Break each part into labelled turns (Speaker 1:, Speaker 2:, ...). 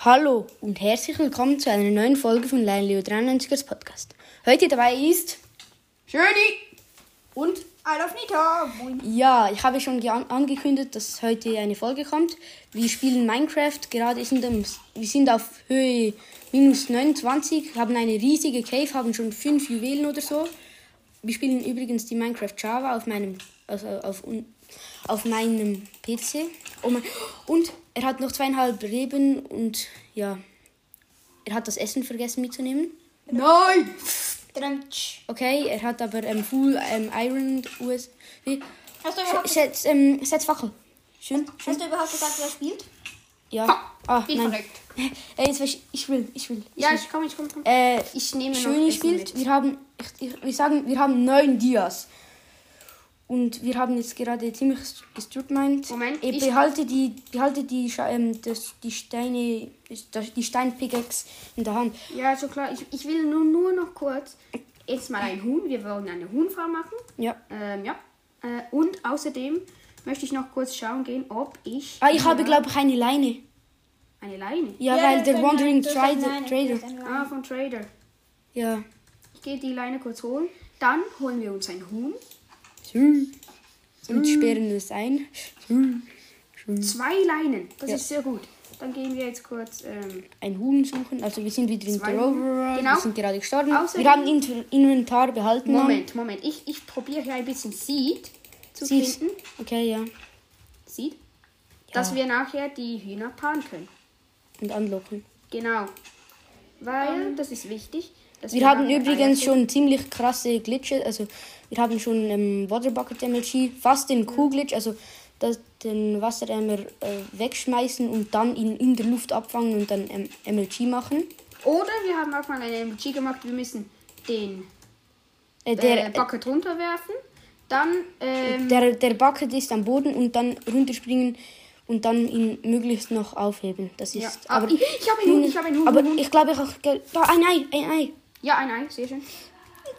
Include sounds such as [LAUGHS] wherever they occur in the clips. Speaker 1: Hallo und herzlich willkommen zu einer neuen Folge von Lion Leo 93ers Podcast. Heute dabei ist,
Speaker 2: Schöni! Und I love Nita! Moin.
Speaker 1: ja, ich habe schon gean- angekündigt, dass heute eine Folge kommt. Wir spielen Minecraft, gerade sind am- wir sind auf Höhe minus 29, haben eine riesige Cave, haben schon fünf Juwelen oder so. Wir spielen übrigens die Minecraft Java auf meinem, also auf, un- auf meinem PC. Oh mein, und er hat noch zweieinhalb Reben und ja, er hat das Essen vergessen mitzunehmen.
Speaker 2: Nein!
Speaker 3: Drentsch.
Speaker 1: Okay, er hat aber ähm, Full ähm, Iron US. Wie?
Speaker 3: Hast du überhaupt,
Speaker 1: Setz, ähm, setz Fackel. Schön, schön.
Speaker 3: hast du überhaupt gesagt, wer spielt?
Speaker 1: Ja. Ah, [LAUGHS]
Speaker 2: Wie
Speaker 1: nein.
Speaker 2: verreckt.
Speaker 1: Äh, jetzt weiß ich, ich will, ich will. Ich
Speaker 2: Ja,
Speaker 1: will.
Speaker 2: ich komm, ich komm, komm.
Speaker 1: Äh,
Speaker 2: Ich nehme noch
Speaker 1: Schöne
Speaker 2: Essen
Speaker 1: spielt. Wir haben, ich, ich, wir sagen, wir haben neun Dias. Und wir haben jetzt gerade ziemlich gestripmined.
Speaker 2: Moment,
Speaker 1: ich
Speaker 2: ich-
Speaker 1: Äh, behalte die, behalte die, Sche- ähm, das, die Steine, das, die Steinpickaxe in der Hand.
Speaker 2: Ja, schon klar. Ich, ich will nur, nur noch kurz erstmal ein Huhn. Wir wollen eine Huhnfarm machen.
Speaker 1: Ja.
Speaker 2: Ähm, ja. Äh, und außerdem möchte ich noch kurz schauen gehen, ob ich
Speaker 1: Ah, ich habe, glaube ich, eine Leine.
Speaker 2: eine Leine.
Speaker 1: Ja,
Speaker 3: Ja,
Speaker 1: weil
Speaker 3: das
Speaker 1: der
Speaker 3: ist
Speaker 1: Wandering
Speaker 3: ein- das ist ein
Speaker 1: Trader.
Speaker 3: Nein, das
Speaker 1: Trader.
Speaker 3: ist ein Nein.
Speaker 2: Ah, vom Trader.
Speaker 1: Ja.
Speaker 2: Ich gehe die Leine kurz holen. Dann holen wir uns ein Huhn.
Speaker 1: Und sperren
Speaker 2: Mm.
Speaker 1: es ein.
Speaker 2: Zwei Leinen. Das
Speaker 1: Ja.
Speaker 2: ist sehr gut. Dann gehen wir jetzt kurz. Ähm,
Speaker 1: Ein Huhn suchen. Also wir sind wieder in
Speaker 2: Zwei
Speaker 1: der
Speaker 2: Huhn.
Speaker 1: Overworld.
Speaker 2: Genau.
Speaker 1: Wir sind gerade gestorben.
Speaker 2: Außerdem-
Speaker 1: wir haben Inven- Inventar behalten.
Speaker 2: Moment, Moment. Ich, ich probiere hier ein bisschen Seed zu
Speaker 1: Sieht.
Speaker 2: finden.
Speaker 1: Okay, ja.
Speaker 2: Seed. Dass wir nachher die Hühner paaren können.
Speaker 1: Und anlocken.
Speaker 2: Genau. Weil, das ist wichtig. dass
Speaker 1: Wir haben
Speaker 2: nachher
Speaker 1: übrigens
Speaker 2: Eier
Speaker 1: schon ziemlich krasse Glitches. Also wir haben schon ähm, Water Bucket Damage, fast den Kuhglitch, also das, den Wassereimer äh, wegschmeißen und dann ihn in der Luft abfangen und dann ähm, MLG machen.
Speaker 2: finden. Oder wir haben auch mal eine MG gemacht. Wir müssen den
Speaker 1: Äh,
Speaker 2: äh,
Speaker 1: der,
Speaker 2: Bucket runterwerfen. Dann, ähm,
Speaker 1: Der, der Bucket ist am Boden und dann runterspringen und dann ihn möglichst noch aufheben. Das ist.
Speaker 2: Ja, aber ich- ich hab einen Huhn, ich hab einen Huhn,
Speaker 1: Aber
Speaker 2: einen Huhn.
Speaker 1: ich glaube, ich auch. ge- Ah, Da, ein Ei, ein Ei.
Speaker 2: ja, ein Ei, sehr schön.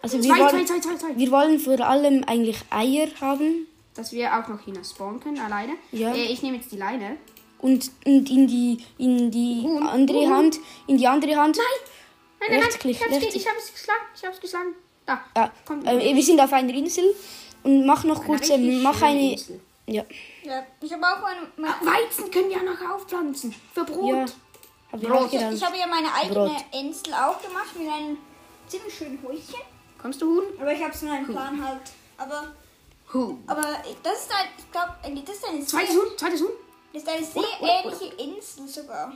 Speaker 1: Also wir
Speaker 2: Zwei,
Speaker 1: wollen,
Speaker 2: zwei, zwei, zwei, zwei.
Speaker 1: wir wollen vor allem eigentlich Eier haben
Speaker 2: Dass wir auch noch Hühner spawnen können, alleine.
Speaker 1: Ja.
Speaker 2: Äh, ich nehme jetzt die Leine.
Speaker 1: und, und in die in die
Speaker 2: Huhn,
Speaker 1: andere
Speaker 2: Huhn.
Speaker 1: Hand, in die andere Hand.
Speaker 2: Nein, nein, nein,
Speaker 1: Rechtsklick,
Speaker 2: ich hab's, ge-
Speaker 1: rechtsklick.
Speaker 2: ich hab's geschlagen, ich hab's geschlagen. Da,
Speaker 1: Ja,
Speaker 2: komm.
Speaker 1: äh, wir sind auf einer Insel und mach noch kurz, ähm,
Speaker 2: richtig
Speaker 1: mach
Speaker 2: schöne
Speaker 1: eine.
Speaker 2: Insel.
Speaker 1: Ja,
Speaker 3: Ja, ich habe auch eine.
Speaker 2: Ah,
Speaker 3: Meine,
Speaker 2: Weizen können wir ja noch aufpflanzen. Für Brot.
Speaker 1: ja. Hab ich auch
Speaker 2: Brot.
Speaker 3: ich, ich
Speaker 1: gedacht.
Speaker 3: habe ja meine eigene
Speaker 1: Brot.
Speaker 3: Insel auch gemacht mit einem ziemlich schönen Häuschen.
Speaker 2: Kommst du, Huhn?
Speaker 3: Aber ich habe es nur einen Plan halt. Aber,
Speaker 2: Huhn.
Speaker 3: aber das ist ein, ich glaube, das ist eine
Speaker 2: Zweites
Speaker 3: sehr,
Speaker 2: Huhn, zweites Huhn.
Speaker 3: das ist eine sehr ähnliche Insel sogar.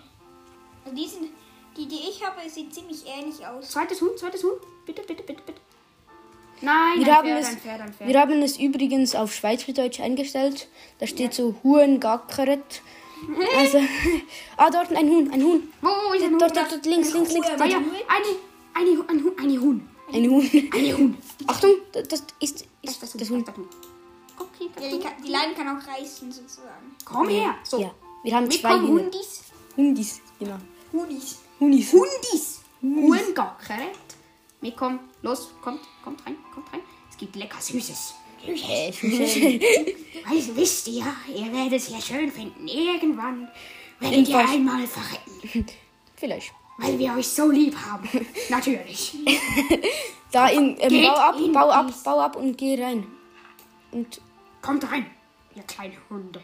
Speaker 3: Also die, sind, die, die ich habe, sieht ziemlich ähnlich aus.
Speaker 2: Zweites Huhn, zweites Huhn. Bitte, bitte, bitte, bitte. Nein,
Speaker 1: Wir
Speaker 2: ein
Speaker 1: haben,
Speaker 2: Pferd,
Speaker 1: es,
Speaker 2: ein Pferd, ein Pferd.
Speaker 1: wir haben es übrigens auf Schweizerdeutsch eingestellt. Da steht so Huhn gackeret. Also,
Speaker 2: [LAUGHS]
Speaker 1: ah, dort ein Huhn, ein Huhn.
Speaker 2: Wo, wo ist ein Huhn?
Speaker 1: Dort, dort, dort, links, links, links.
Speaker 2: Ah,
Speaker 1: Dort.
Speaker 2: ja, eine, eine, Hu- ein Huhn, eine Huhn.
Speaker 1: Ein Huhn.
Speaker 2: Eine Huhn.
Speaker 1: Achtung, das das ist, ist das, Huhn.
Speaker 2: das Huhn. Okay, das
Speaker 3: Ja, die,
Speaker 2: Huhn.
Speaker 3: kann, die Leine kann auch reißen sozusagen.
Speaker 2: Komm her. So.
Speaker 1: Ja, wir haben
Speaker 2: Wir
Speaker 1: zwei
Speaker 2: kommen
Speaker 1: Hunde.
Speaker 2: Hundis.
Speaker 1: Hundis, genau.
Speaker 3: Hunis.
Speaker 1: Hundis.
Speaker 2: Hundis.
Speaker 1: Hm.
Speaker 2: Huhn gackeret. Wir kommen. Los, kommt, kommt rein, kommt rein. Es gibt lecker Süßes.
Speaker 1: Äh,
Speaker 2: Also wisst ihr, ihr werdet es hier schön finden. Irgendwann werdet ihr
Speaker 1: Jedenfalls.
Speaker 2: einmal verrecken.
Speaker 1: Vielleicht.
Speaker 2: Weil wir euch so lieb haben.
Speaker 1: [LAUGHS]
Speaker 2: Natürlich.
Speaker 1: Da in, ähm,
Speaker 2: Geht
Speaker 1: bau ab,
Speaker 2: in
Speaker 1: bau ab,
Speaker 2: dies.
Speaker 1: bau ab und geh rein. Und,
Speaker 2: Kommt rein, ihr kleinen Hunde.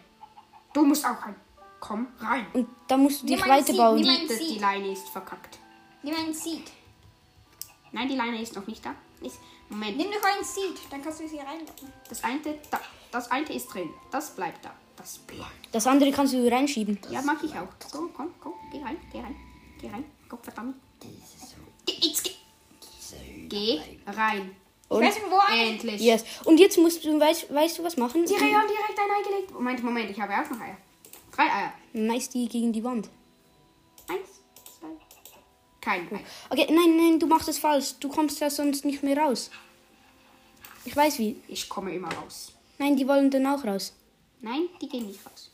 Speaker 2: Du musst auch rein. Komm rein.
Speaker 1: und da musst du dich
Speaker 3: Nimm ein Sieb,
Speaker 1: weiterbauen.
Speaker 3: nimm ein-
Speaker 2: Das, die Leine ist verkackt.
Speaker 3: Nimm ein Seed.
Speaker 2: Nein, die Leine ist noch nicht da. Ist, Moment.
Speaker 3: Nimm doch ein Seed, dann kannst du es hier reinlocken.
Speaker 2: Das eine, da, das eine ist drin. Das bleibt da. Das bleibt.
Speaker 1: Das andere kannst du reinschieben.
Speaker 2: Ja, mach ich auch. So, komm, komm. Geh rein, geh rein. Geh rein. Komm, verdammt. Geh, jetzt geh. Geh rein.
Speaker 3: Ich weiß nicht, wo ein.
Speaker 2: Endlich.
Speaker 1: Yes. Und jetzt musst du, weißt, weißt du was machen?
Speaker 2: Die Rehe haben direkt ein Ei gelegt. Moment, Moment, ich habe auch noch Eier. Drei Eier.
Speaker 1: Meist die gegen die Wand.
Speaker 2: Eins, zwei. Kein Ei.
Speaker 1: Okay, nein, nein, du machst es falsch. Du kommst ja sonst nicht mehr raus. Ich weiß wie.
Speaker 2: Ich komme immer raus.
Speaker 1: Nein, die wollen dann auch raus.
Speaker 2: Nein, die gehen nicht raus.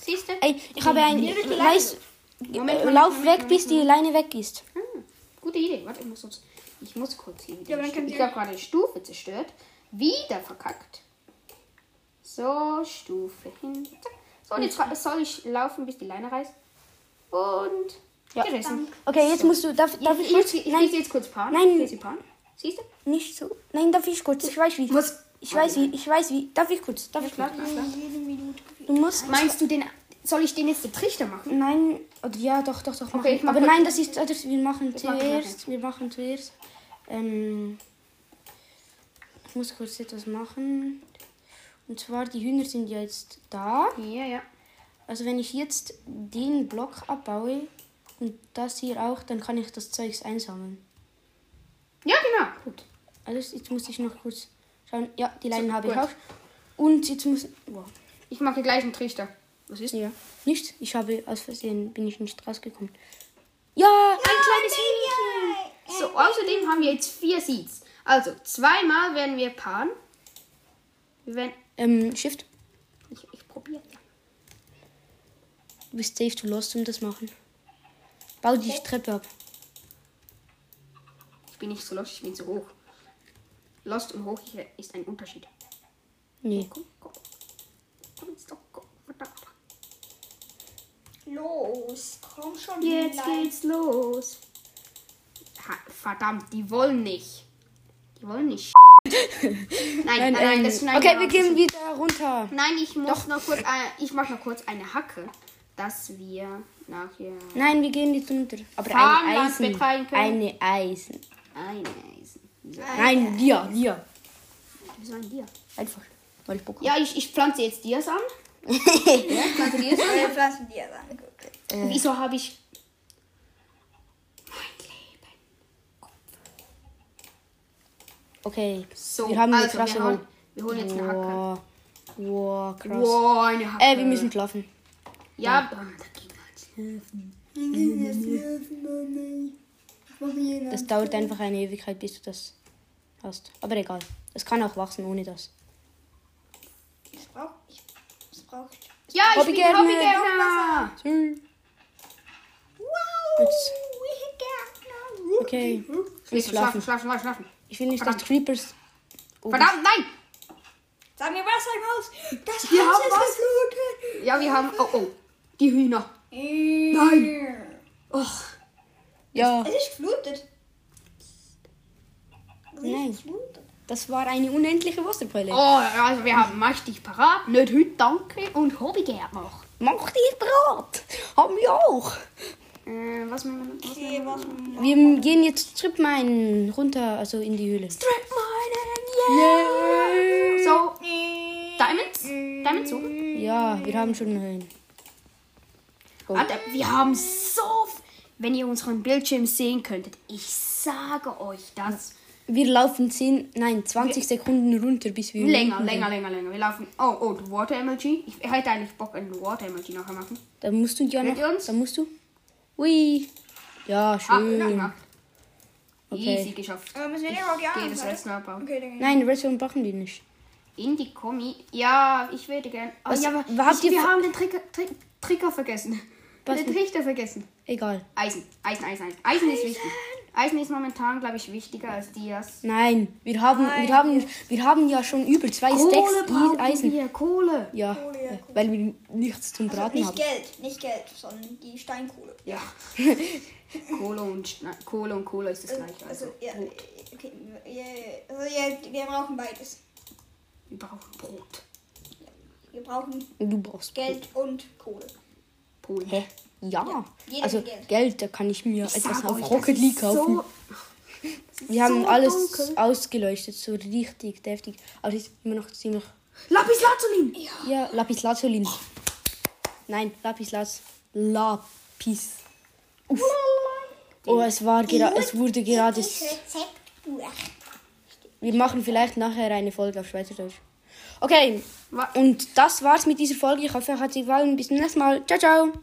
Speaker 2: Siehst du?
Speaker 1: Ey, ich habe ein.
Speaker 2: Hm, Nimm die Leine.
Speaker 1: Weiß,
Speaker 2: Moment,
Speaker 1: äh,
Speaker 2: Moment,
Speaker 1: lauf
Speaker 2: Moment,
Speaker 1: weg,
Speaker 2: Moment,
Speaker 1: bis die Leine weg ist.
Speaker 2: Ah, gute Idee. Warte, ich muss, uns- ich muss kurz hier wieder.
Speaker 3: Ja, aber dann
Speaker 2: die
Speaker 3: könnt
Speaker 2: Stu- ich
Speaker 3: ihr-
Speaker 2: habe gerade die Stufe zerstört. Wieder verkackt. So, Stufe hin. zack. So, und jetzt soll ich laufen, bis die Leine reißt. Und
Speaker 1: Ja.
Speaker 2: gerissen.
Speaker 1: Okay, jetzt musst du. Darf, darf ich
Speaker 2: Ich, muss-
Speaker 1: kurz?
Speaker 2: ich,
Speaker 1: Nein,
Speaker 2: ich jetzt kurz paaren.
Speaker 1: Nein.
Speaker 2: Ich sie paaren. Siehst du?
Speaker 1: nicht so. Nein, darf ich kurz? Ich weiß wie.
Speaker 2: Was?
Speaker 1: Ich weiß wie. Ich weiß wie. Darf ich kurz? Darf ich kurz?
Speaker 3: Jede Minute.
Speaker 1: Du musst.
Speaker 2: Meinst du den. Soll ich den jetzt den Trichter machen?
Speaker 1: Nein, oder ja, doch, doch, doch. Machen.
Speaker 2: Okay, ich mach
Speaker 1: Aber
Speaker 2: kurz.
Speaker 1: nein, das ist. Das, wir machen
Speaker 2: mach ich
Speaker 1: zuerst. Wir machen zuerst. Ähm, ich muss kurz etwas machen. Und zwar, die Hühner sind ja jetzt da.
Speaker 2: Ja, ja.
Speaker 1: Also, wenn ich jetzt den Block abbaue und das hier auch, dann kann ich das Zeugs einsammeln.
Speaker 2: Ja, genau. Gut.
Speaker 1: Also, jetzt muss ich noch kurz schauen. Ja, die Leinen
Speaker 2: So,
Speaker 1: habe ich
Speaker 2: gut.
Speaker 1: auch. Und jetzt muss. Wow.
Speaker 2: Ich mache gleich einen Trichter. Was ist?
Speaker 1: Ja. Nicht? Ich habe aus Versehen bin ich nicht rausgekommen. Ja!
Speaker 2: Ein kleines Hühnchen. So, außerdem haben wir jetzt vier Seeds. Also, zweimal werden wir paaren. Wir werden.
Speaker 1: Ähm, Shift,
Speaker 2: Ich, ich probiere.
Speaker 1: du bist safe zu lost, um das machen. Bau die Treppe ab.
Speaker 2: Ich bin nicht so lost, ich bin so hoch. Lost und hoch hier ist ein Unterschied.
Speaker 1: Nee.
Speaker 2: Komm, komm. Komm jetzt doch, komm. Verdammt.
Speaker 3: Los, komm schon.
Speaker 2: Jetzt
Speaker 3: Leine.
Speaker 2: geht's los. Ha, verdammt, die wollen nicht. Die wollen [LAUGHS] nicht. nein, Ah, ähm, nein, nein, das schneiden
Speaker 1: okay, wir
Speaker 2: raus.
Speaker 1: gehen wieder runter.
Speaker 2: Nein, ich muss noch kurz, äh, ich mache noch kurz eine Hacke, dass wir nachher
Speaker 1: Nein, wir gehen jetzt runter. Aber ein
Speaker 2: Farmland
Speaker 1: Eisen.
Speaker 2: betreiben können.
Speaker 1: Eine Eisen.
Speaker 2: eine Eisen. Wieso?
Speaker 1: Nein, wir, wir.
Speaker 2: Wieso ein Dir?
Speaker 1: Einfach. Weil ich Bock
Speaker 2: Ja, ich, ich pflanze jetzt Dias
Speaker 1: [LAUGHS]
Speaker 2: an.
Speaker 1: habe.
Speaker 2: Ja, ich pflanze Dias an.
Speaker 3: Wir pflanzen dir dann. Gut.
Speaker 2: Wieso habe ich
Speaker 1: okay.
Speaker 2: so?
Speaker 1: wir haben eine
Speaker 2: also,
Speaker 1: krasse
Speaker 2: wir, holen,
Speaker 1: Hol-
Speaker 2: wir holen jetzt eine Hacke.
Speaker 1: Wow. Wow, krass.
Speaker 2: Wow, eine Hacke.
Speaker 1: Äh, wir müssen schlafen.
Speaker 2: Ja, ah, da ging halt.
Speaker 1: Das dauert einfach eine Ewigkeit, bis du das hast. Aber egal. Es kann auch wachsen ohne das.
Speaker 3: Das braucht. Ich, das braucht.
Speaker 2: Ja, ich
Speaker 1: Hobbygärtner.
Speaker 2: bin Hobbygärtner.
Speaker 3: Wow!
Speaker 1: Jetzt.
Speaker 3: Gärtner.
Speaker 1: Okay. Ich will
Speaker 2: Schlafen,
Speaker 1: schlafen.
Speaker 2: schlafen, schlafen, schlafen.
Speaker 1: Ich will nicht, dass Creepers. Oh,
Speaker 2: Verdammt, nein!
Speaker 3: Sag mir was im Haus. Das
Speaker 2: Wir
Speaker 3: Haus
Speaker 2: haben
Speaker 3: ist
Speaker 2: was.
Speaker 3: geflutet.
Speaker 2: Ja, wir haben. Oh, oh. Die Hühner.
Speaker 3: Nein.
Speaker 2: Och.
Speaker 1: Ja,
Speaker 3: Es ist geflutet. Es ist
Speaker 1: Nein.
Speaker 3: geflutet.
Speaker 1: das war eine unendliche Wasserpeule.
Speaker 2: Oh, also wir haben mächtig parat. Nicht heute, danke. Und Hobbygärtner.
Speaker 1: Mach dich Brat! Haben wir auch!
Speaker 2: Äh, was machen wir?
Speaker 3: Okay, was?
Speaker 1: Wir gehen jetzt Tripmine runter, also in die Höhle.
Speaker 2: Strip mining, yeah! So, Diamonds? Diamonds suchen?
Speaker 1: Ja, wir haben schon äh, Höhlen.
Speaker 2: Alter, wir haben so. f- Wenn ihr unseren Bildschirm sehen könntet, ich sage euch das.
Speaker 1: Wir laufen 10, nein, 20 Sekunden runter, bis wir.
Speaker 2: Länger,
Speaker 1: unten sind.
Speaker 2: länger, länger, länger. Wir laufen. Oh, oh, die Water Emoji. Ich hätte eigentlich Bock, einen Water Emoji nachher machen.
Speaker 1: Da musst du ja
Speaker 2: Mit
Speaker 1: noch.
Speaker 2: uns?
Speaker 1: Da musst du. Ui. Ja,
Speaker 2: Ah,
Speaker 1: schön.
Speaker 2: na, gemacht.
Speaker 1: Okay.
Speaker 2: Easy geschafft.
Speaker 3: Aber müssen wir nicht mal die
Speaker 2: Geh
Speaker 3: anderen
Speaker 2: das
Speaker 3: oder?
Speaker 2: Rest abbauen.
Speaker 3: Okay, dann
Speaker 1: Nein, Redstone brauchen die nicht.
Speaker 2: In die Kommi. Ja, ich würde gern. Oh,
Speaker 1: Was-
Speaker 2: ja, aber
Speaker 1: was habt
Speaker 2: ich,
Speaker 1: ihr
Speaker 2: wir
Speaker 1: für-
Speaker 2: haben den Trigger, Tri Trigger vergessen.
Speaker 1: Was
Speaker 2: den
Speaker 1: denn?
Speaker 2: Trichter vergessen.
Speaker 1: Egal.
Speaker 2: Eisen, Eisen, Eisen, Eisen. Eisen ist wichtig. Eisen ist momentan, glaube ich, wichtiger als Dias.
Speaker 1: Nein, wir haben,
Speaker 3: Nein.
Speaker 1: Wir haben, wir haben ja schon über zwei Stacks
Speaker 2: brauchen
Speaker 1: Eisen.
Speaker 2: wir, Kohle.
Speaker 1: Ja,
Speaker 3: Kohle, ja,
Speaker 1: äh,
Speaker 3: Kohle.
Speaker 1: weil wir nichts zum
Speaker 3: Also
Speaker 1: Braten
Speaker 3: nicht
Speaker 1: haben.
Speaker 3: Geld, nicht Geld, sondern die Steinkohle.
Speaker 2: Ja. [LAUGHS] Kohle und Schne- Kohle und Kohle ist das gleiche.
Speaker 3: Also,
Speaker 2: Also,
Speaker 3: ja, okay, ja, also ja, wir brauchen beides.
Speaker 2: wir brauchen Brot.
Speaker 3: Wir brauchen
Speaker 1: Du brauchst
Speaker 3: Geld und Kohle.
Speaker 2: Polen.
Speaker 1: Hä? Ja.
Speaker 3: jeder
Speaker 1: Also
Speaker 3: will Geld.
Speaker 1: Geld, da kann ich mir
Speaker 2: Ich
Speaker 1: etwas
Speaker 2: sag euch,
Speaker 1: auf
Speaker 2: das
Speaker 1: Rocket
Speaker 2: ist
Speaker 1: League kaufen.
Speaker 2: So,
Speaker 1: wir haben
Speaker 2: so
Speaker 1: alles
Speaker 2: dunkel.
Speaker 1: ausgeleuchtet, so richtig deftig. Aber es ist immer noch ziemlich.
Speaker 2: Lapis Lazuli.
Speaker 1: Ja, Lapis Lazuli. Nein, Lapis Laz. Lapis. Uff. Oh, es war gera es wurde gerade.
Speaker 3: Rezeptbuch.
Speaker 1: Wir machen vielleicht nachher eine Folge auf Schweizerdeutsch. Okay,
Speaker 2: Wa-
Speaker 1: und das war's mit dieser Folge. Ich hoffe, euch hat sie gefallen. Bis zum nächsten Mal. Ciao, ciao.